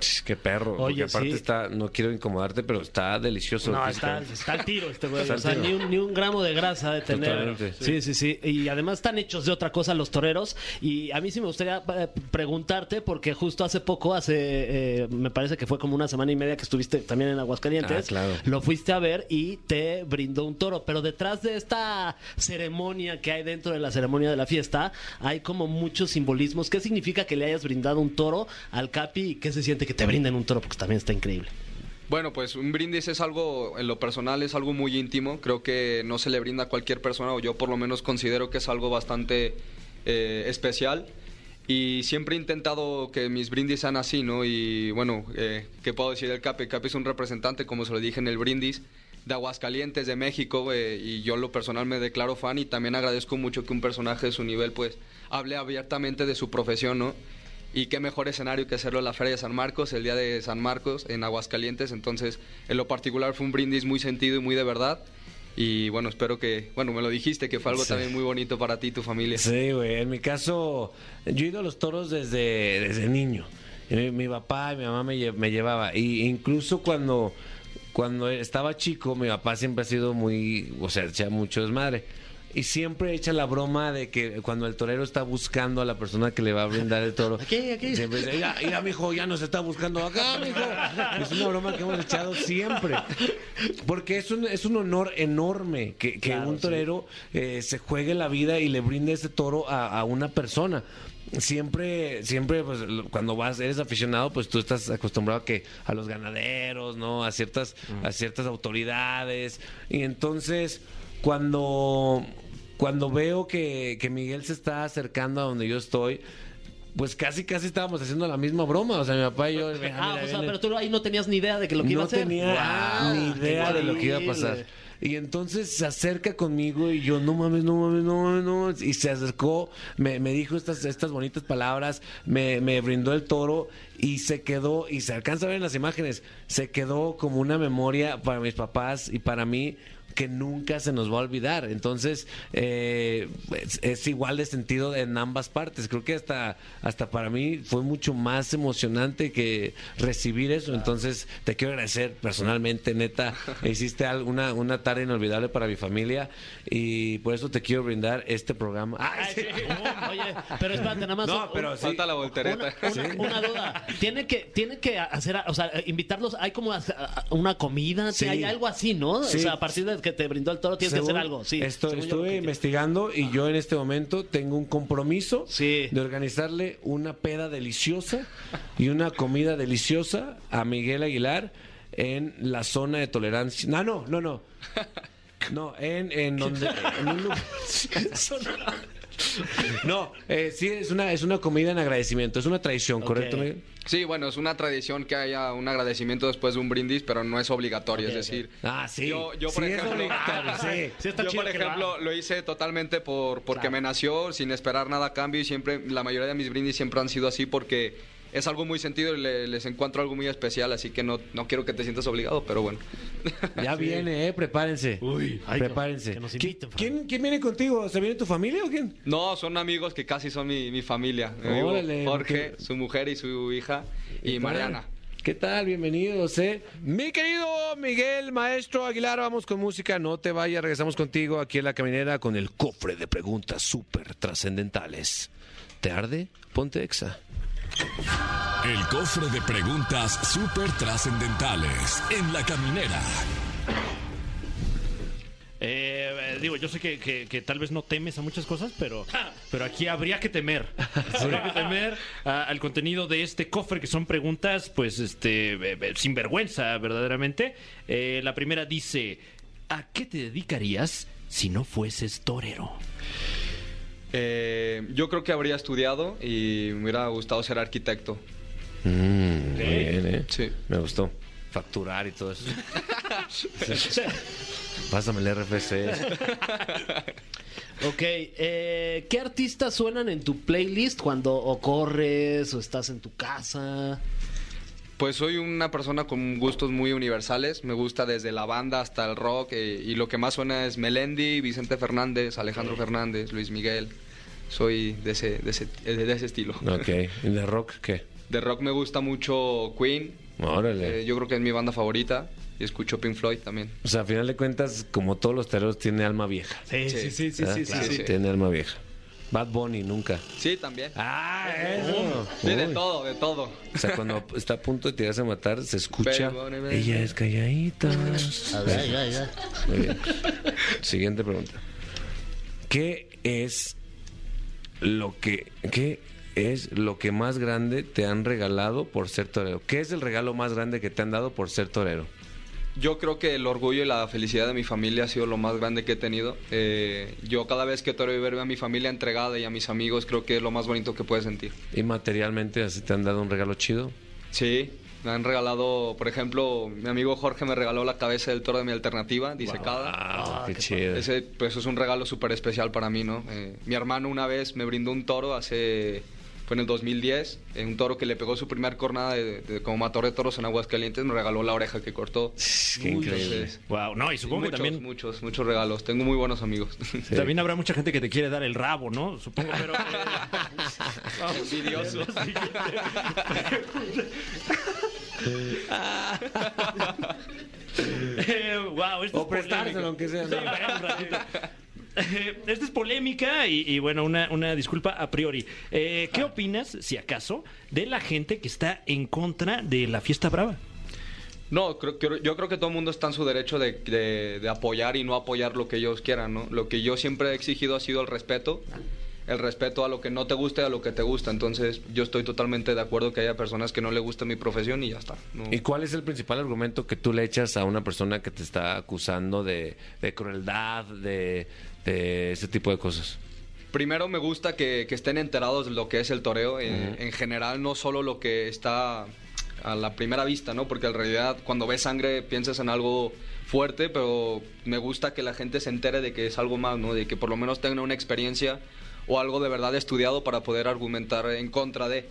Ch, Qué perro.
Oye,
porque aparte
sí.
está, no quiero incomodarte, pero está delicioso.
No,
Aquí
está, está al tiro este güey.
Está
O sea,
al tiro.
ni un, ni un gramo de grasa de tener.
Totalmente.
Sí, sí, sí. Y además están hechos de otra cosa los toreros. Y a mí sí me gustaría eh, preguntarte, porque justo hace poco, hace eh, me parece que fue como una semana y media que estuviste también en Aguascalientes.
Ah, claro.
Lo fuiste a ver y te brindó un toro. Pero detrás de esta ceremonia que hay dentro de la ceremonia de la fiesta, hay como muchos simbolismos. ¿Qué significa que le hayas brindado un toro al Capi y qué se siente que te brinden un toro? Porque también está increíble.
Bueno, pues un brindis es algo, en lo personal, es algo muy íntimo. Creo que no se le brinda a cualquier persona, o yo por lo menos considero que es algo bastante eh, especial. Y siempre he intentado que mis brindis sean así, ¿no? Y bueno, eh, ¿qué puedo decir del Capi? El Capi es un representante, como se lo dije en el brindis, de Aguascalientes, de México, eh, y yo en lo personal me declaro fan y también agradezco mucho que un personaje de su nivel, pues, hable abiertamente de su profesión, ¿no? Y qué mejor escenario que hacerlo en la Feria de San Marcos, el día de San Marcos, en Aguascalientes. Entonces, en lo particular fue un brindis muy sentido y muy de verdad. Y bueno, espero que, bueno, me lo dijiste, que fue algo
Sí.
también muy bonito para ti y tu familia.
Sí, güey. En mi caso, yo he ido a los toros desde, desde niño. Y Mi, mi papá y mi mamá me, lle- me llevaba. Y incluso cuando, cuando estaba chico, mi papá siempre ha sido muy, o sea, echa mucho desmadre. Y siempre echa la broma de que cuando el torero está buscando a la persona que le va a brindar el toro.
Aquí, aquí.
Siempre dice, pues, mira, mira, mijo, ya nos está buscando acá, mijo. Es una broma que hemos echado siempre. Porque es un, es un honor enorme que, que
Claro,
un
sí.
torero eh, se juegue la vida y le brinde ese toro a, a una persona. Siempre, siempre, pues, lo- cuando vas, eres aficionado, pues tú estás acostumbrado a que a los ganaderos, ¿no? A ciertas, a ciertas autoridades. Y entonces, cuando, cuando veo que, que Miguel se está acercando a donde yo estoy, pues casi, casi estábamos haciendo la misma broma. O sea, mi papá y yo. mira,
Ah,
mira,
o sea,
viene-
pero tú ahí no tenías ni idea de que lo que iba a
no
hacer.
tenía
Guau,
ni
qué
idea de lo que iba a pasar.
increíble.
Y entonces se acerca conmigo y yo, no mames, no mames, no mames, no mames. Y se acercó, me, me dijo estas, estas bonitas palabras, me, me brindó el toro y se quedó, y se alcanza a ver en las imágenes, se quedó como una memoria para mis papás y para mí que nunca se nos va a olvidar. Entonces, eh, es, es igual de sentido en ambas partes. Creo que hasta, hasta para mí fue mucho más emocionante que recibir eso. Entonces, te quiero agradecer personalmente, neta. Hiciste al- una, una tarde inolvidable para mi familia y por eso te quiero brindar este programa. Ay,
Ay,
sí.
sí. Oh, Oye, pero espérate, nada más.
No,
un-
pero
un-
sí.
Falta la voltereta.
Una, una duda. Tiene que, tiene que hacer, o sea, invitarlos. Hay como a- a- una comida,
Sí.
hay algo así, ¿no?
Sí.
O sea, a partir de que te brindó el toro tienes que
Según
hacer algo. Sí.
esto-
Según yo lo
estuve
que entiendo.
investigando y yo en este momento tengo un compromiso
Sí.
de organizarle una peda deliciosa y una comida deliciosa a Miguel Aguilar en la zona de tolerancia. No, no, no, no. No, en, en donde. en un lugar- No, eh, sí, es una, es una comida en agradecimiento, es una traición, ¿correcto,
Ok.
Miguel?
Sí, bueno, es una tradición que haya un agradecimiento después de un brindis, pero no es obligatorio. es decir,
Ah, sí.
Yo, yo, por
Sí, es
ejemplo,
obligatorio, sí.
Sí, está
yo,
chido
por
que lo
ejemplo, lo, hice totalmente por porque me nació, sin esperar nada a cambio y siempre la mayoría de mis brindis siempre han sido así porque es algo muy sentido y le- les encuentro algo muy especial, así que no, no quiero que te sientas obligado, pero bueno.
Ya viene, eh, prepárense.
Uy.
Ay,
prepárense.
que nos
¿Qui-
inviten, Fran.
¿Quién, ¿Quién viene contigo? ¿Se viene tu familia o quién?
No, son amigos que casi son mi, mi familia. Mi amigo
Órale,
Jorge,
porque-
su mujer y su hija y
¿Qué tal?
Mariana.
¿Qué tal? Bienvenidos, ¿eh? Mi querido Miguel Maestro Aguilar, vamos con música, no te vayas, regresamos contigo aquí en La Caminera con el cofre de preguntas súper trascendentales. ¿Te arde? Ponte exa.
El cofre de preguntas súper trascendentales en la caminera.
Eh, eh, digo, yo sé que, que- que tal vez no temes a muchas cosas, pero, pero aquí habría que temer. Habría que temer a- al contenido de este cofre, que son preguntas, pues, este, eh, eh, sin vergüenza, verdaderamente. Eh, la primera dice: ¿A qué te dedicarías si no fueses torero?
Eh, yo creo que habría estudiado y me hubiera gustado ser arquitecto.
muy bien, ¿eh?
Sí.
Me gustó. Facturar y todo eso. Pásame el RFC.
Ok, eh, ¿qué artistas suenan en tu playlist cuando o corres o estás en tu casa?
Pues soy una persona con gustos muy universales. Me gusta desde la banda hasta el rock. eh, y lo que más suena es Melendi, Vicente Fernández, Alejandro Fernández, Luis Miguel. Soy de ese, de ese, eh, de ese estilo.
Ok. ¿Y de rock qué?
De rock me gusta mucho Queen.
Órale.
eh, yo creo que es mi banda favorita. Y escucho Pink Floyd también.
O sea, a final de cuentas, como todos los toreros, tiene alma vieja.
Sí,
sí, sí,
¿verdad?
sí, sí.
Tiene alma vieja. Bad Bunny, nunca.
Sí, también.
Ah,
Eh,
eso.
Sí, de
Uy.
todo, de todo.
O sea, cuando está a punto de tirarse a matar, se escucha.
Pero, bueno,
Ella es calladita.
Ay, ay, ay.
Muy bien. Siguiente pregunta. ¿Qué es lo que qué es lo que más grande te han regalado por ser torero? ¿Qué es el regalo más grande que te han dado por ser torero?
Yo creo que el orgullo y la felicidad de mi familia ha sido lo más grande que he tenido. Eh, yo cada vez que toro y veo a mi familia entregada y a mis amigos, creo que es lo más bonito que puedes sentir.
Y materialmente así te han dado un regalo chido.
Sí, me han regalado, por ejemplo, mi amigo Jorge me regaló la cabeza del toro de mi alternativa, disecada.
Ah, qué, chido.
Ese, pues, es un regalo súper especial para mí, ¿no? Eh, mi hermano una vez me brindó un toro hace... Fue en el 2010, eh, un toro que le pegó su primer cornada de, de- como matador de toros en Aguascalientes, me regaló la oreja que cortó.
Qué increíble.
Entonces,
Wow, no, y
sí,
supongo
muchos,
que también.
muchos, muchos regalos. Tengo muy buenos amigos.
También habrá mucha gente que te quiere dar el rabo, ¿no? Supongo, pero. eh, vamos.
Envidioso.
Eh, wow, esto
O
es polémico.
prestárselo, aunque sea,
Sí,
¿no?
bueno, un ratito. Eh, Esta es polémica y, y, bueno, una, una disculpa a priori. Eh,
Ah.
¿Qué opinas, si acaso, de la gente que está en contra de la fiesta brava?
No, creo, creo- yo creo que todo el mundo está en su derecho de, de- de apoyar y no apoyar lo que ellos quieran, ¿no? Lo que yo siempre he exigido ha sido el respeto, el respeto a lo que no te gusta y a lo que te gusta. Entonces, yo estoy totalmente de acuerdo que haya personas que no le gusta mi profesión y ya está. ¿no?
¿Y cuál es el principal argumento que tú le echas a una persona que te está acusando de, de crueldad, de, de ese tipo de cosas?
Primero me gusta que, que estén enterados de lo que es el toreo eh, en general, no solo lo que está a la primera vista, ¿no? Porque en realidad cuando ves sangre piensas en algo fuerte, pero me gusta que la gente se entere de que es algo más, ¿no? De que por lo menos tenga una experiencia o algo de verdad estudiado para poder argumentar en contra de.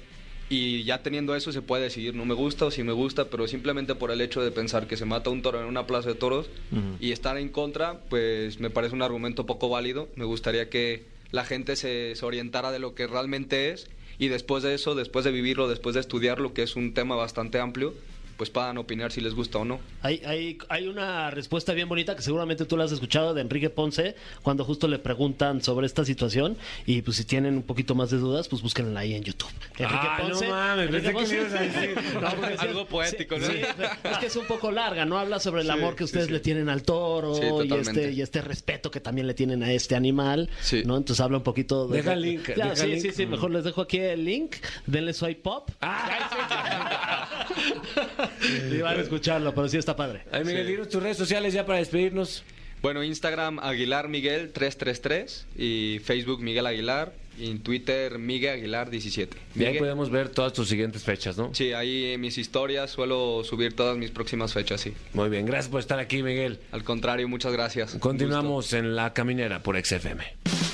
Y ya teniendo eso se puede decidir, no me gusta o si me gusta, pero simplemente por el hecho de pensar que se mata un toro en una plaza de toros y estar en contra, pues me parece un argumento poco válido. Me gustaría que la gente se, se orientara de lo que realmente es y después de eso, después de vivirlo, después de estudiarlo, que es un tema bastante amplio, pues puedan opinar si les gusta o no.
Hay, hay, hay una respuesta bien bonita que seguramente tú la has escuchado de Enrique Ponce cuando justo le preguntan sobre esta situación y pues si tienen un poquito más de dudas pues búsquenla ahí en YouTube. Enrique
Ah, no mames, pensé que me ibas a decir.
porque sí,
Algo poético, ¿no?
sí, es que es un poco larga, ¿no? Habla sobre el
Sí,
amor que ustedes
sí, sí.
le tienen al toro
Sí,
y, este,
totalmente.
y este respeto que también le tienen a este animal,
Sí.
¿no? Entonces habla un poquito de...
Deja el link,
Ya,
deja
sí,
el link.
sí, sí, mejor les dejo aquí el link, denle swipe pop y van a escucharlo, pero sí está padre.
Ay, Miguel,
Sí.
dinos tus redes sociales ya para despedirnos.
Bueno, Instagram Aguilar Miguel 333 y Facebook Miguel Aguilar y en Twitter Miguel Aguilar 17.
Y ahí
Miguel.
podemos ver todas tus siguientes fechas, ¿no?
Sí, ahí en mis historias suelo subir todas mis próximas fechas, sí.
Muy bien, gracias por estar aquí, Miguel.
Al contrario, muchas gracias. Un gusto.
Continuamos en La Caminera por XFM.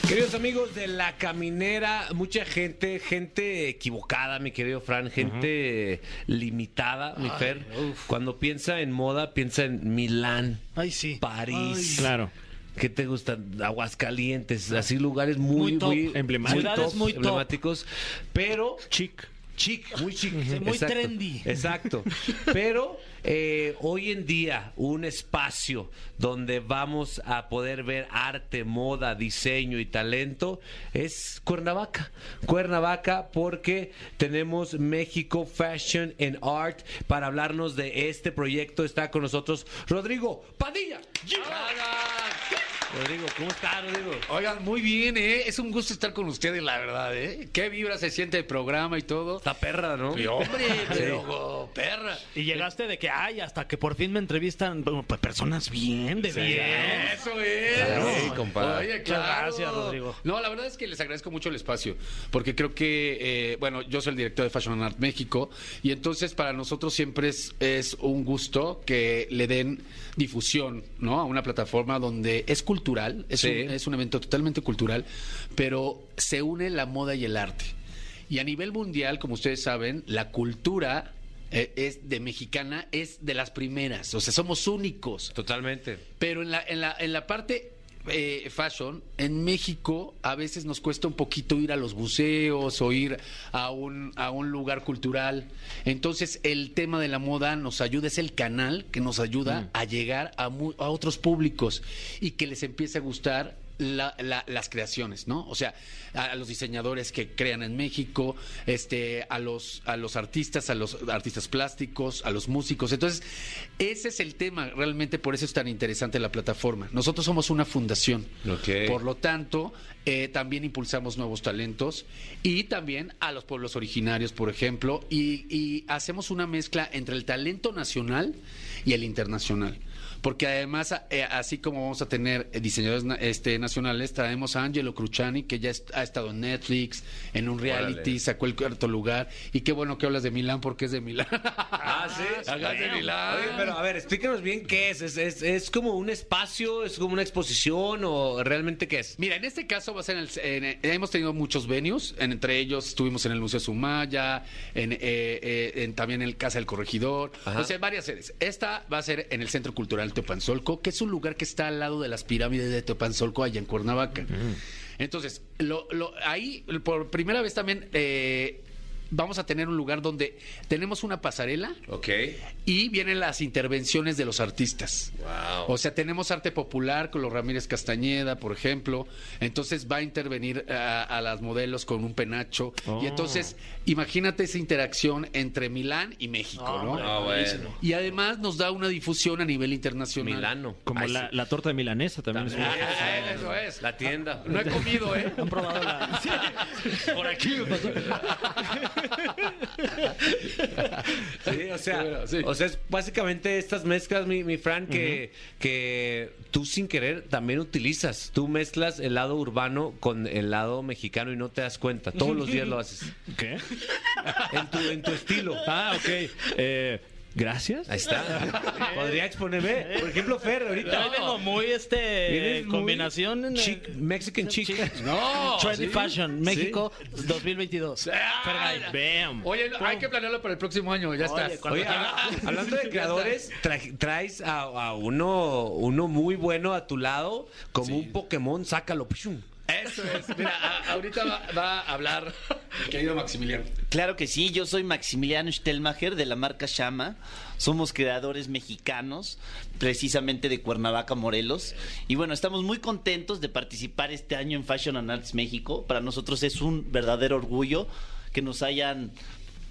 Queridos amigos de La Caminera, mucha gente, gente equivocada, mi querido Fran, gente limitada, mi Fer. Cuando piensa en moda, piensa en Milán,
Ay, sí.
París.
Claro.
¿Qué te gustan? Aguascalientes, así lugares muy,
Muy top,
muy
emblemáticos.
top,
Ciudades muy top.
emblemáticos, pero
Chic.
chic, muy chic,
muy trendy.
Exacto. Pero eh, hoy en día, un espacio donde vamos a poder ver arte, moda, diseño y talento es Cuernavaca. Cuernavaca, porque tenemos México Fashion and Art. Para hablarnos de este proyecto está con nosotros Rodrigo Padilla. Rodrigo, ¿cómo estás, Rodrigo?
Oigan, muy bien, ¿eh? Es un gusto estar con ustedes, la verdad, ¿eh? Qué vibra se siente el programa y todo.
Está perra, ¿no?
Y hombre, pero oh, perra.
Y llegaste de que, ay, hasta que por fin me entrevistan bueno, pues, personas bien, de bien.
Eso es.
Sí, compadre.
Oye, claro.
gracias, Rodrigo.
No, la verdad es que les agradezco mucho el espacio, porque creo que, eh, bueno, yo soy el director de Fashion and Art México, y entonces para nosotros siempre es, es un gusto que le den difusión, ¿no? A una plataforma donde es cultural, es,
Sí.
un, es un evento totalmente cultural, pero se une la moda y el arte. Y a nivel mundial, como ustedes saben, la cultura eh, es de mexicana es de las primeras, o sea, somos únicos.
Totalmente.
Pero en la, en la, en la parte eh, fashion, en México a veces nos cuesta un poquito ir a los buceos o ir a un, a un lugar cultural. Entonces el tema de la moda nos ayuda, es el canal que nos ayuda a llegar a, mu- a otros públicos y que les empiece a gustar la- la- las creaciones, ¿no? O sea, a, a los diseñadores que crean en México, este, a los, a los artistas, a los artistas plásticos, a los músicos. Entonces, ese es el tema, realmente por eso es tan interesante la plataforma. Nosotros somos una fundación.
Ok.
Por lo tanto, eh, también impulsamos nuevos talentos y también a los pueblos originarios, por ejemplo, y, y hacemos una mezcla entre el talento nacional y el internacional. Porque además, a- eh, así como vamos a tener eh, diseñadores na- este, nacionales, traemos a Angelo Cruciani, que ya est- ha estado en Netflix, en un reality,
Órale.
sacó el cuarto lugar. Y qué bueno que hablas de Milán, porque es de Milán.
Ah, sí.
Hagas de Milán.
Oye, pero a ver, explícanos bien qué es. ¿Es, es, es como un espacio? ¿Es como una exposición? ¿O realmente qué es?
Mira, en este caso va a ser en el- en- hemos tenido muchos venues, en- entre ellos estuvimos en el Museo Sumaya, en, eh, eh, en- también en el Casa del Corregidor,
Ajá.
o sea, varias sedes. Esta va a ser en el Centro Cultural Teopanzolco, que es un lugar que está al lado de las pirámides de Teopanzolco, allá en Cuernavaca. Entonces, lo, lo- ahí por primera vez también eh, vamos a tener un lugar donde tenemos una pasarela
Ok.
y vienen las intervenciones de los artistas.
Wow.
O sea, tenemos arte popular con los Ramírez Castañeda, por ejemplo. Entonces va a intervenir a, a las modelos con un penacho.
Oh.
Y entonces, imagínate esa interacción entre Milán y México, ¿no?
Ah, bueno.
Y además nos da una difusión a nivel internacional.
Milano.
Como
Ay,
la,
sí.
la torta milanesa también. es
Ah,
una-
ah, eso es.
La tienda.
No he comido, ¿eh?
¿Han probado la-
Por aquí me pasó.
Sí, o sea,
Bueno, sí.
o sea, es básicamente estas mezclas, mi, mi Fran, que, que tú sin querer también utilizas. Tú mezclas el lado urbano con el lado mexicano y no te das cuenta. Todos los días lo haces.
¿Qué?
En tu, en tu estilo.
Ah, ok. Eh, Gracias.
Ahí está. Podría exponerme. Por ejemplo, Fer, ahorita.
Hoy vengo muy este
Vienes muy
combinación eh,
Chic, Mexican chic.
No.
trendy
sí.
fashion México 2022.
Ah,
Bam.
Oye, no, hay que planearlo para el próximo año, ya está.
Oye, ah, hablando de creadores, tra- traes a, a uno, uno muy bueno a tu lado, como un Pokémon, sácalo. pshum.
Eso es. Mira, a- ahorita va, va a hablar mi querido Maximiliano.
Claro que sí, yo soy Maximiliano Stelmacher de la marca Shama. Somos creadores mexicanos, precisamente de Cuernavaca, Morelos. Y bueno, estamos muy contentos de participar este año en Fashion and Arts México. Para nosotros es un verdadero orgullo que nos hayan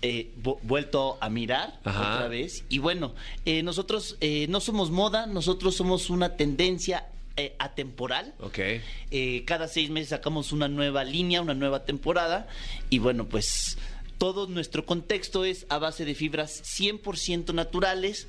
eh, vu- vuelto a mirar
Ajá.
otra vez. Y bueno, eh, nosotros eh, no somos moda, nosotros somos una tendencia eh, atemporal.
Ok.
Eh, cada seis meses sacamos una nueva línea, una nueva temporada. Y bueno, pues todo nuestro contexto es a base de fibras 100% naturales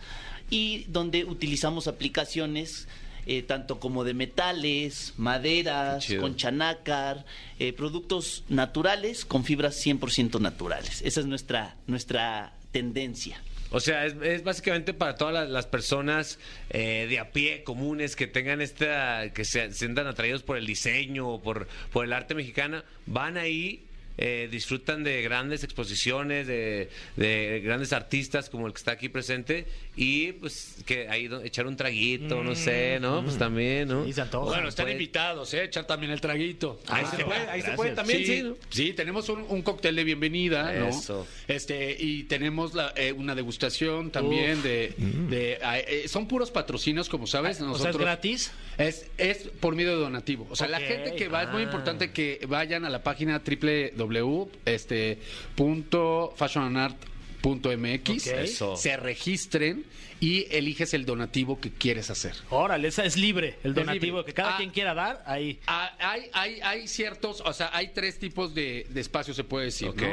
y donde utilizamos aplicaciones. eh, tanto como de metales, maderas,
Qué chido.
con chanácar, eh, productos naturales con fibras 100% naturales. Esa es nuestra, nuestra tendencia.
O sea, es, es básicamente para todas las, las personas eh, de a pie comunes que tengan esta, que se sientan atraídos por el diseño o por, por el arte mexicana, van ahí. eh, disfrutan de grandes exposiciones, de, de grandes artistas como el que está aquí presente y pues que ahí do- echar un traguito, no sé, ¿no? Pues también, ¿no?
Mm. Y se antoja.
Bueno, pues,
Bueno, están
puede-
invitados, ¿eh? Echar también el traguito. Ah,
Ahí se puede, ahí se puede también, sí.
sí,
¿no?
sí, tenemos un, un cóctel de bienvenida, ¿no?
Eso.
Este, y tenemos la, eh, una degustación también de...
Mm.
de- ah, eh, son puros patrocinios, como sabes.
Ah,
O sea, es
pues, Nosotros,
gratis.
Es, es por medio de donativo. O sea, la
Ok,
gente que va, es muy
ah.
importante que vayan a la página este, www.fashionandart.mx,
Ok.
Eso.
se registren y eliges el donativo que quieres hacer.
Órale, esa es libre, el
Es libre.
donativo que cada
Ah.
quien quiera dar, ahí.
Ah, hay, hay, hay ciertos, o sea, hay tres tipos de, de espacios, se puede decir. ¿no?
Ok.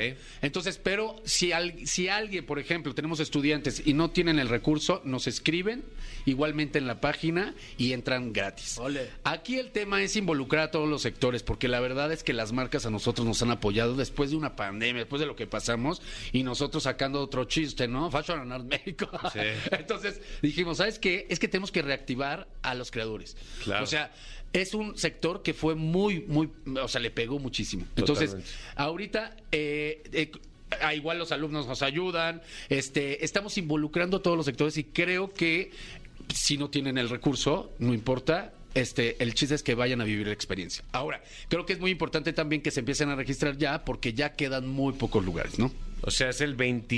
Entonces, pero si, al- si alguien, por ejemplo, tenemos estudiantes y no tienen el recurso, nos escriben igualmente en la página y entran gratis.
Ole.
Aquí el tema es involucrar a todos los sectores, porque la verdad es que las marcas a nosotros nos han apoyado después de una pandemia, después de lo que pasamos, y nosotros sacando otro chiste, ¿no? Fashion and Art México.
Sí.
Entonces dijimos, ¿sabes qué? Es que tenemos que reactivar a los creadores.
Claro.
O sea, es un sector que fue muy, muy, o sea, le pegó muchísimo. Entonces,
Totalmente.
ahorita, eh, eh, a igual los alumnos nos ayudan, este, estamos involucrando a todos los sectores y creo que si no tienen el recurso, no importa. Este, el chiste es que vayan a vivir la experiencia. Ahora, creo que es muy importante también que se empiecen a registrar ya, porque ya quedan muy pocos lugares, ¿no?
O sea, es el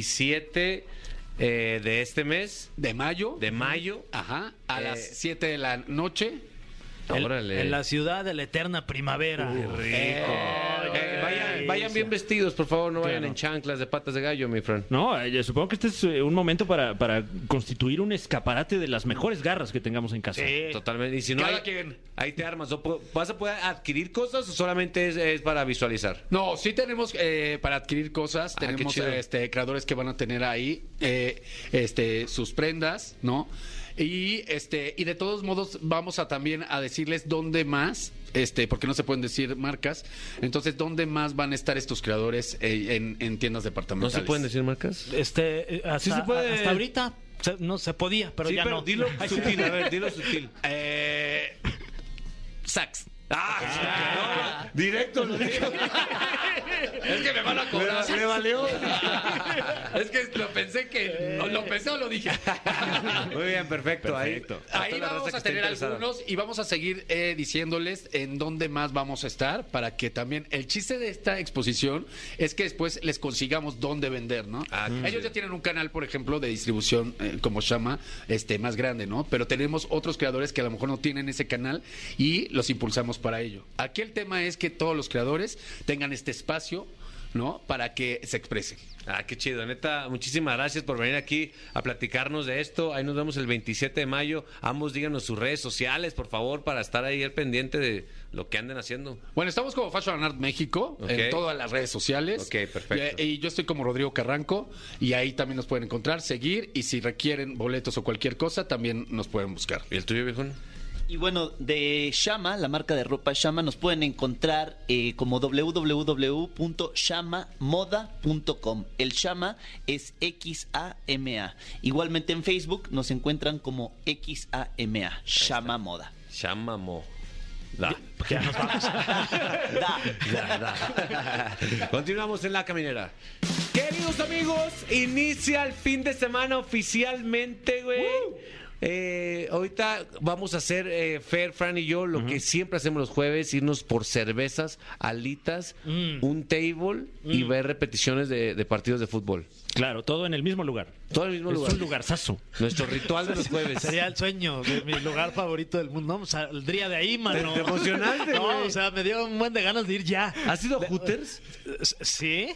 27 eh, de este mes,
De mayo,
de mayo.
ajá, a
Eh,
las 7 de la noche.
El-
Órale.
En la ciudad de la eterna primavera.
Eh, vayan, vayan bien vestidos, por favor, no vayan en chanclas de patas de gallo, mi friend.
No, eh, supongo que este es eh, un momento para, para constituir un escaparate de las mejores garras que tengamos en casa.
Sí.
Totalmente. Y si no,
Cada
ahí,
quien.
ahí te armas. O po- ¿Vas a poder adquirir cosas o solamente es, es para visualizar?
No, sí tenemos eh, para adquirir cosas,
Ah, qué
tenemos
chido.
este, creadores que van a tener ahí eh, este, sus prendas, ¿no? Y este y de todos modos vamos a también a decirles dónde más, este, porque no se pueden decir marcas, entonces dónde más van a estar estos creadores eh, en, en tiendas
¿No
departamentales.
se pueden decir marcas?
Este, eh, hasta,
Sí se puede.
hasta ahorita se- no se podía, pero
sí,
ya
pero
no.
dilo
Ay, sí.
sutil, a ver, dilo sutil.
Eh, Saks.
¡Ah! no, directo lo dijo.
Es que me van a cobrar.
Le, le valió.
es que lo pensé que lo, lo pensé o lo dije.
Muy bien, perfecto.
Perfecto.
Ahí,
Ahí
toda la raza
vamos
que
a
esté
tener
interesada.
algunos y vamos a seguir eh, diciéndoles en dónde más vamos a estar para que también el chiste de esta exposición es que después les consigamos dónde vender, ¿no?
Ah, qué chido.
Ellos ya tienen un canal, por ejemplo, de distribución eh, como Shama, este más grande, ¿no? Pero tenemos otros creadores que a lo mejor no tienen ese canal y los impulsamos para ello. Aquí el tema es que todos los creadores tengan este espacio ¿no? Para que se expresen.
Ah, qué chido. Neta, muchísimas gracias por venir aquí a platicarnos de esto. Ahí nos vemos el 27 de mayo. Ambos díganos sus redes sociales, por favor, para estar ahí al pendiente de lo que anden haciendo.
Bueno, estamos como Fashion Art México
Ok.
en todas las redes sociales.
Ok, perfecto.
Y, y yo estoy como Rodrigo Carranco y ahí también nos pueden encontrar, seguir y si requieren boletos o cualquier cosa también nos pueden buscar.
¿Y el tuyo, viejón?
Y bueno, de Shama, la marca de ropa Shama, nos pueden encontrar eh, como www.shamamoda.com. El Shama es X-A-M-A. Igualmente en Facebook nos encuentran como X-A-M-A, Shama Moda.
Chamamo. Da.
Da.
Da, da. Continuamos en la caminera. Queridos amigos, inicia el fin de semana oficialmente, güey. Eh, ahorita vamos a hacer eh, Fer, Fran y yo lo que siempre hacemos los jueves, irnos por cervezas, alitas,
Mm.
un table y ver repeticiones de, de partidos de fútbol.
Claro, todo en el mismo lugar.
Todo en el mismo
es
lugar.
un lugarzazo.
Nuestro ritual de los jueves.
Sería el sueño de mi lugar favorito del mundo. No, pues, saldría de ahí, mano.
Te- te emocionaste,
No,
güey.
o sea, me dio un buen de ganas de ir ya.
¿Has ido a Hooters?
¿Sí?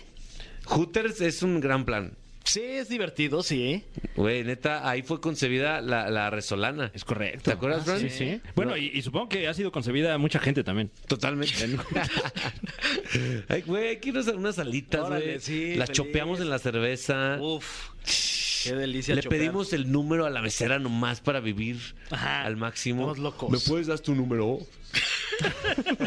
Hooters es un gran plan.
Sí, es divertido, sí.
Güey, neta, ahí fue concebida la, la resolana.
Es correcto.
¿Te acuerdas, Fran?
Ah, Sí, sí. Bueno, y, y supongo que ha sido concebida a mucha gente también.
Totalmente. Ay, güey, quiero hacer unas alitas,
Órale,
güey.
sí,
Las
feliz.
chopeamos en la cerveza.
Uf. Qué delicia.
Le
chopear.
pedimos el número a la mesera nomás para vivir
Ajá.
al máximo.
Estamos locos.
¿Me puedes dar tu número?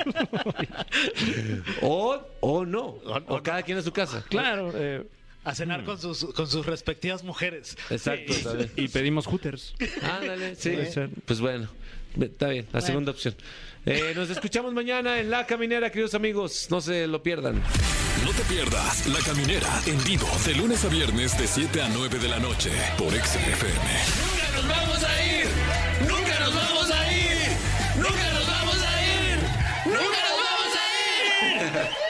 o, o no. O, cada quien a su casa.
Claro. eh,
a cenar con sus, con sus respectivas mujeres.
Mm. Exacto. ¿sabes?
y pedimos hooters.
Ándale, sí.
Puede ser.
Pues bueno, ve- está bien, la segunda opción. Eh, nos escuchamos mañana en La Caminera, queridos amigos. No se lo pierdan.
No te pierdas La Caminera en vivo de lunes a viernes de 7 a 9 de la noche por XFM. ¡Nunca nos vamos a ir! ¡Nunca nos vamos a ir! ¡Nunca nos vamos a ir! ¡Nunca nos vamos a ir!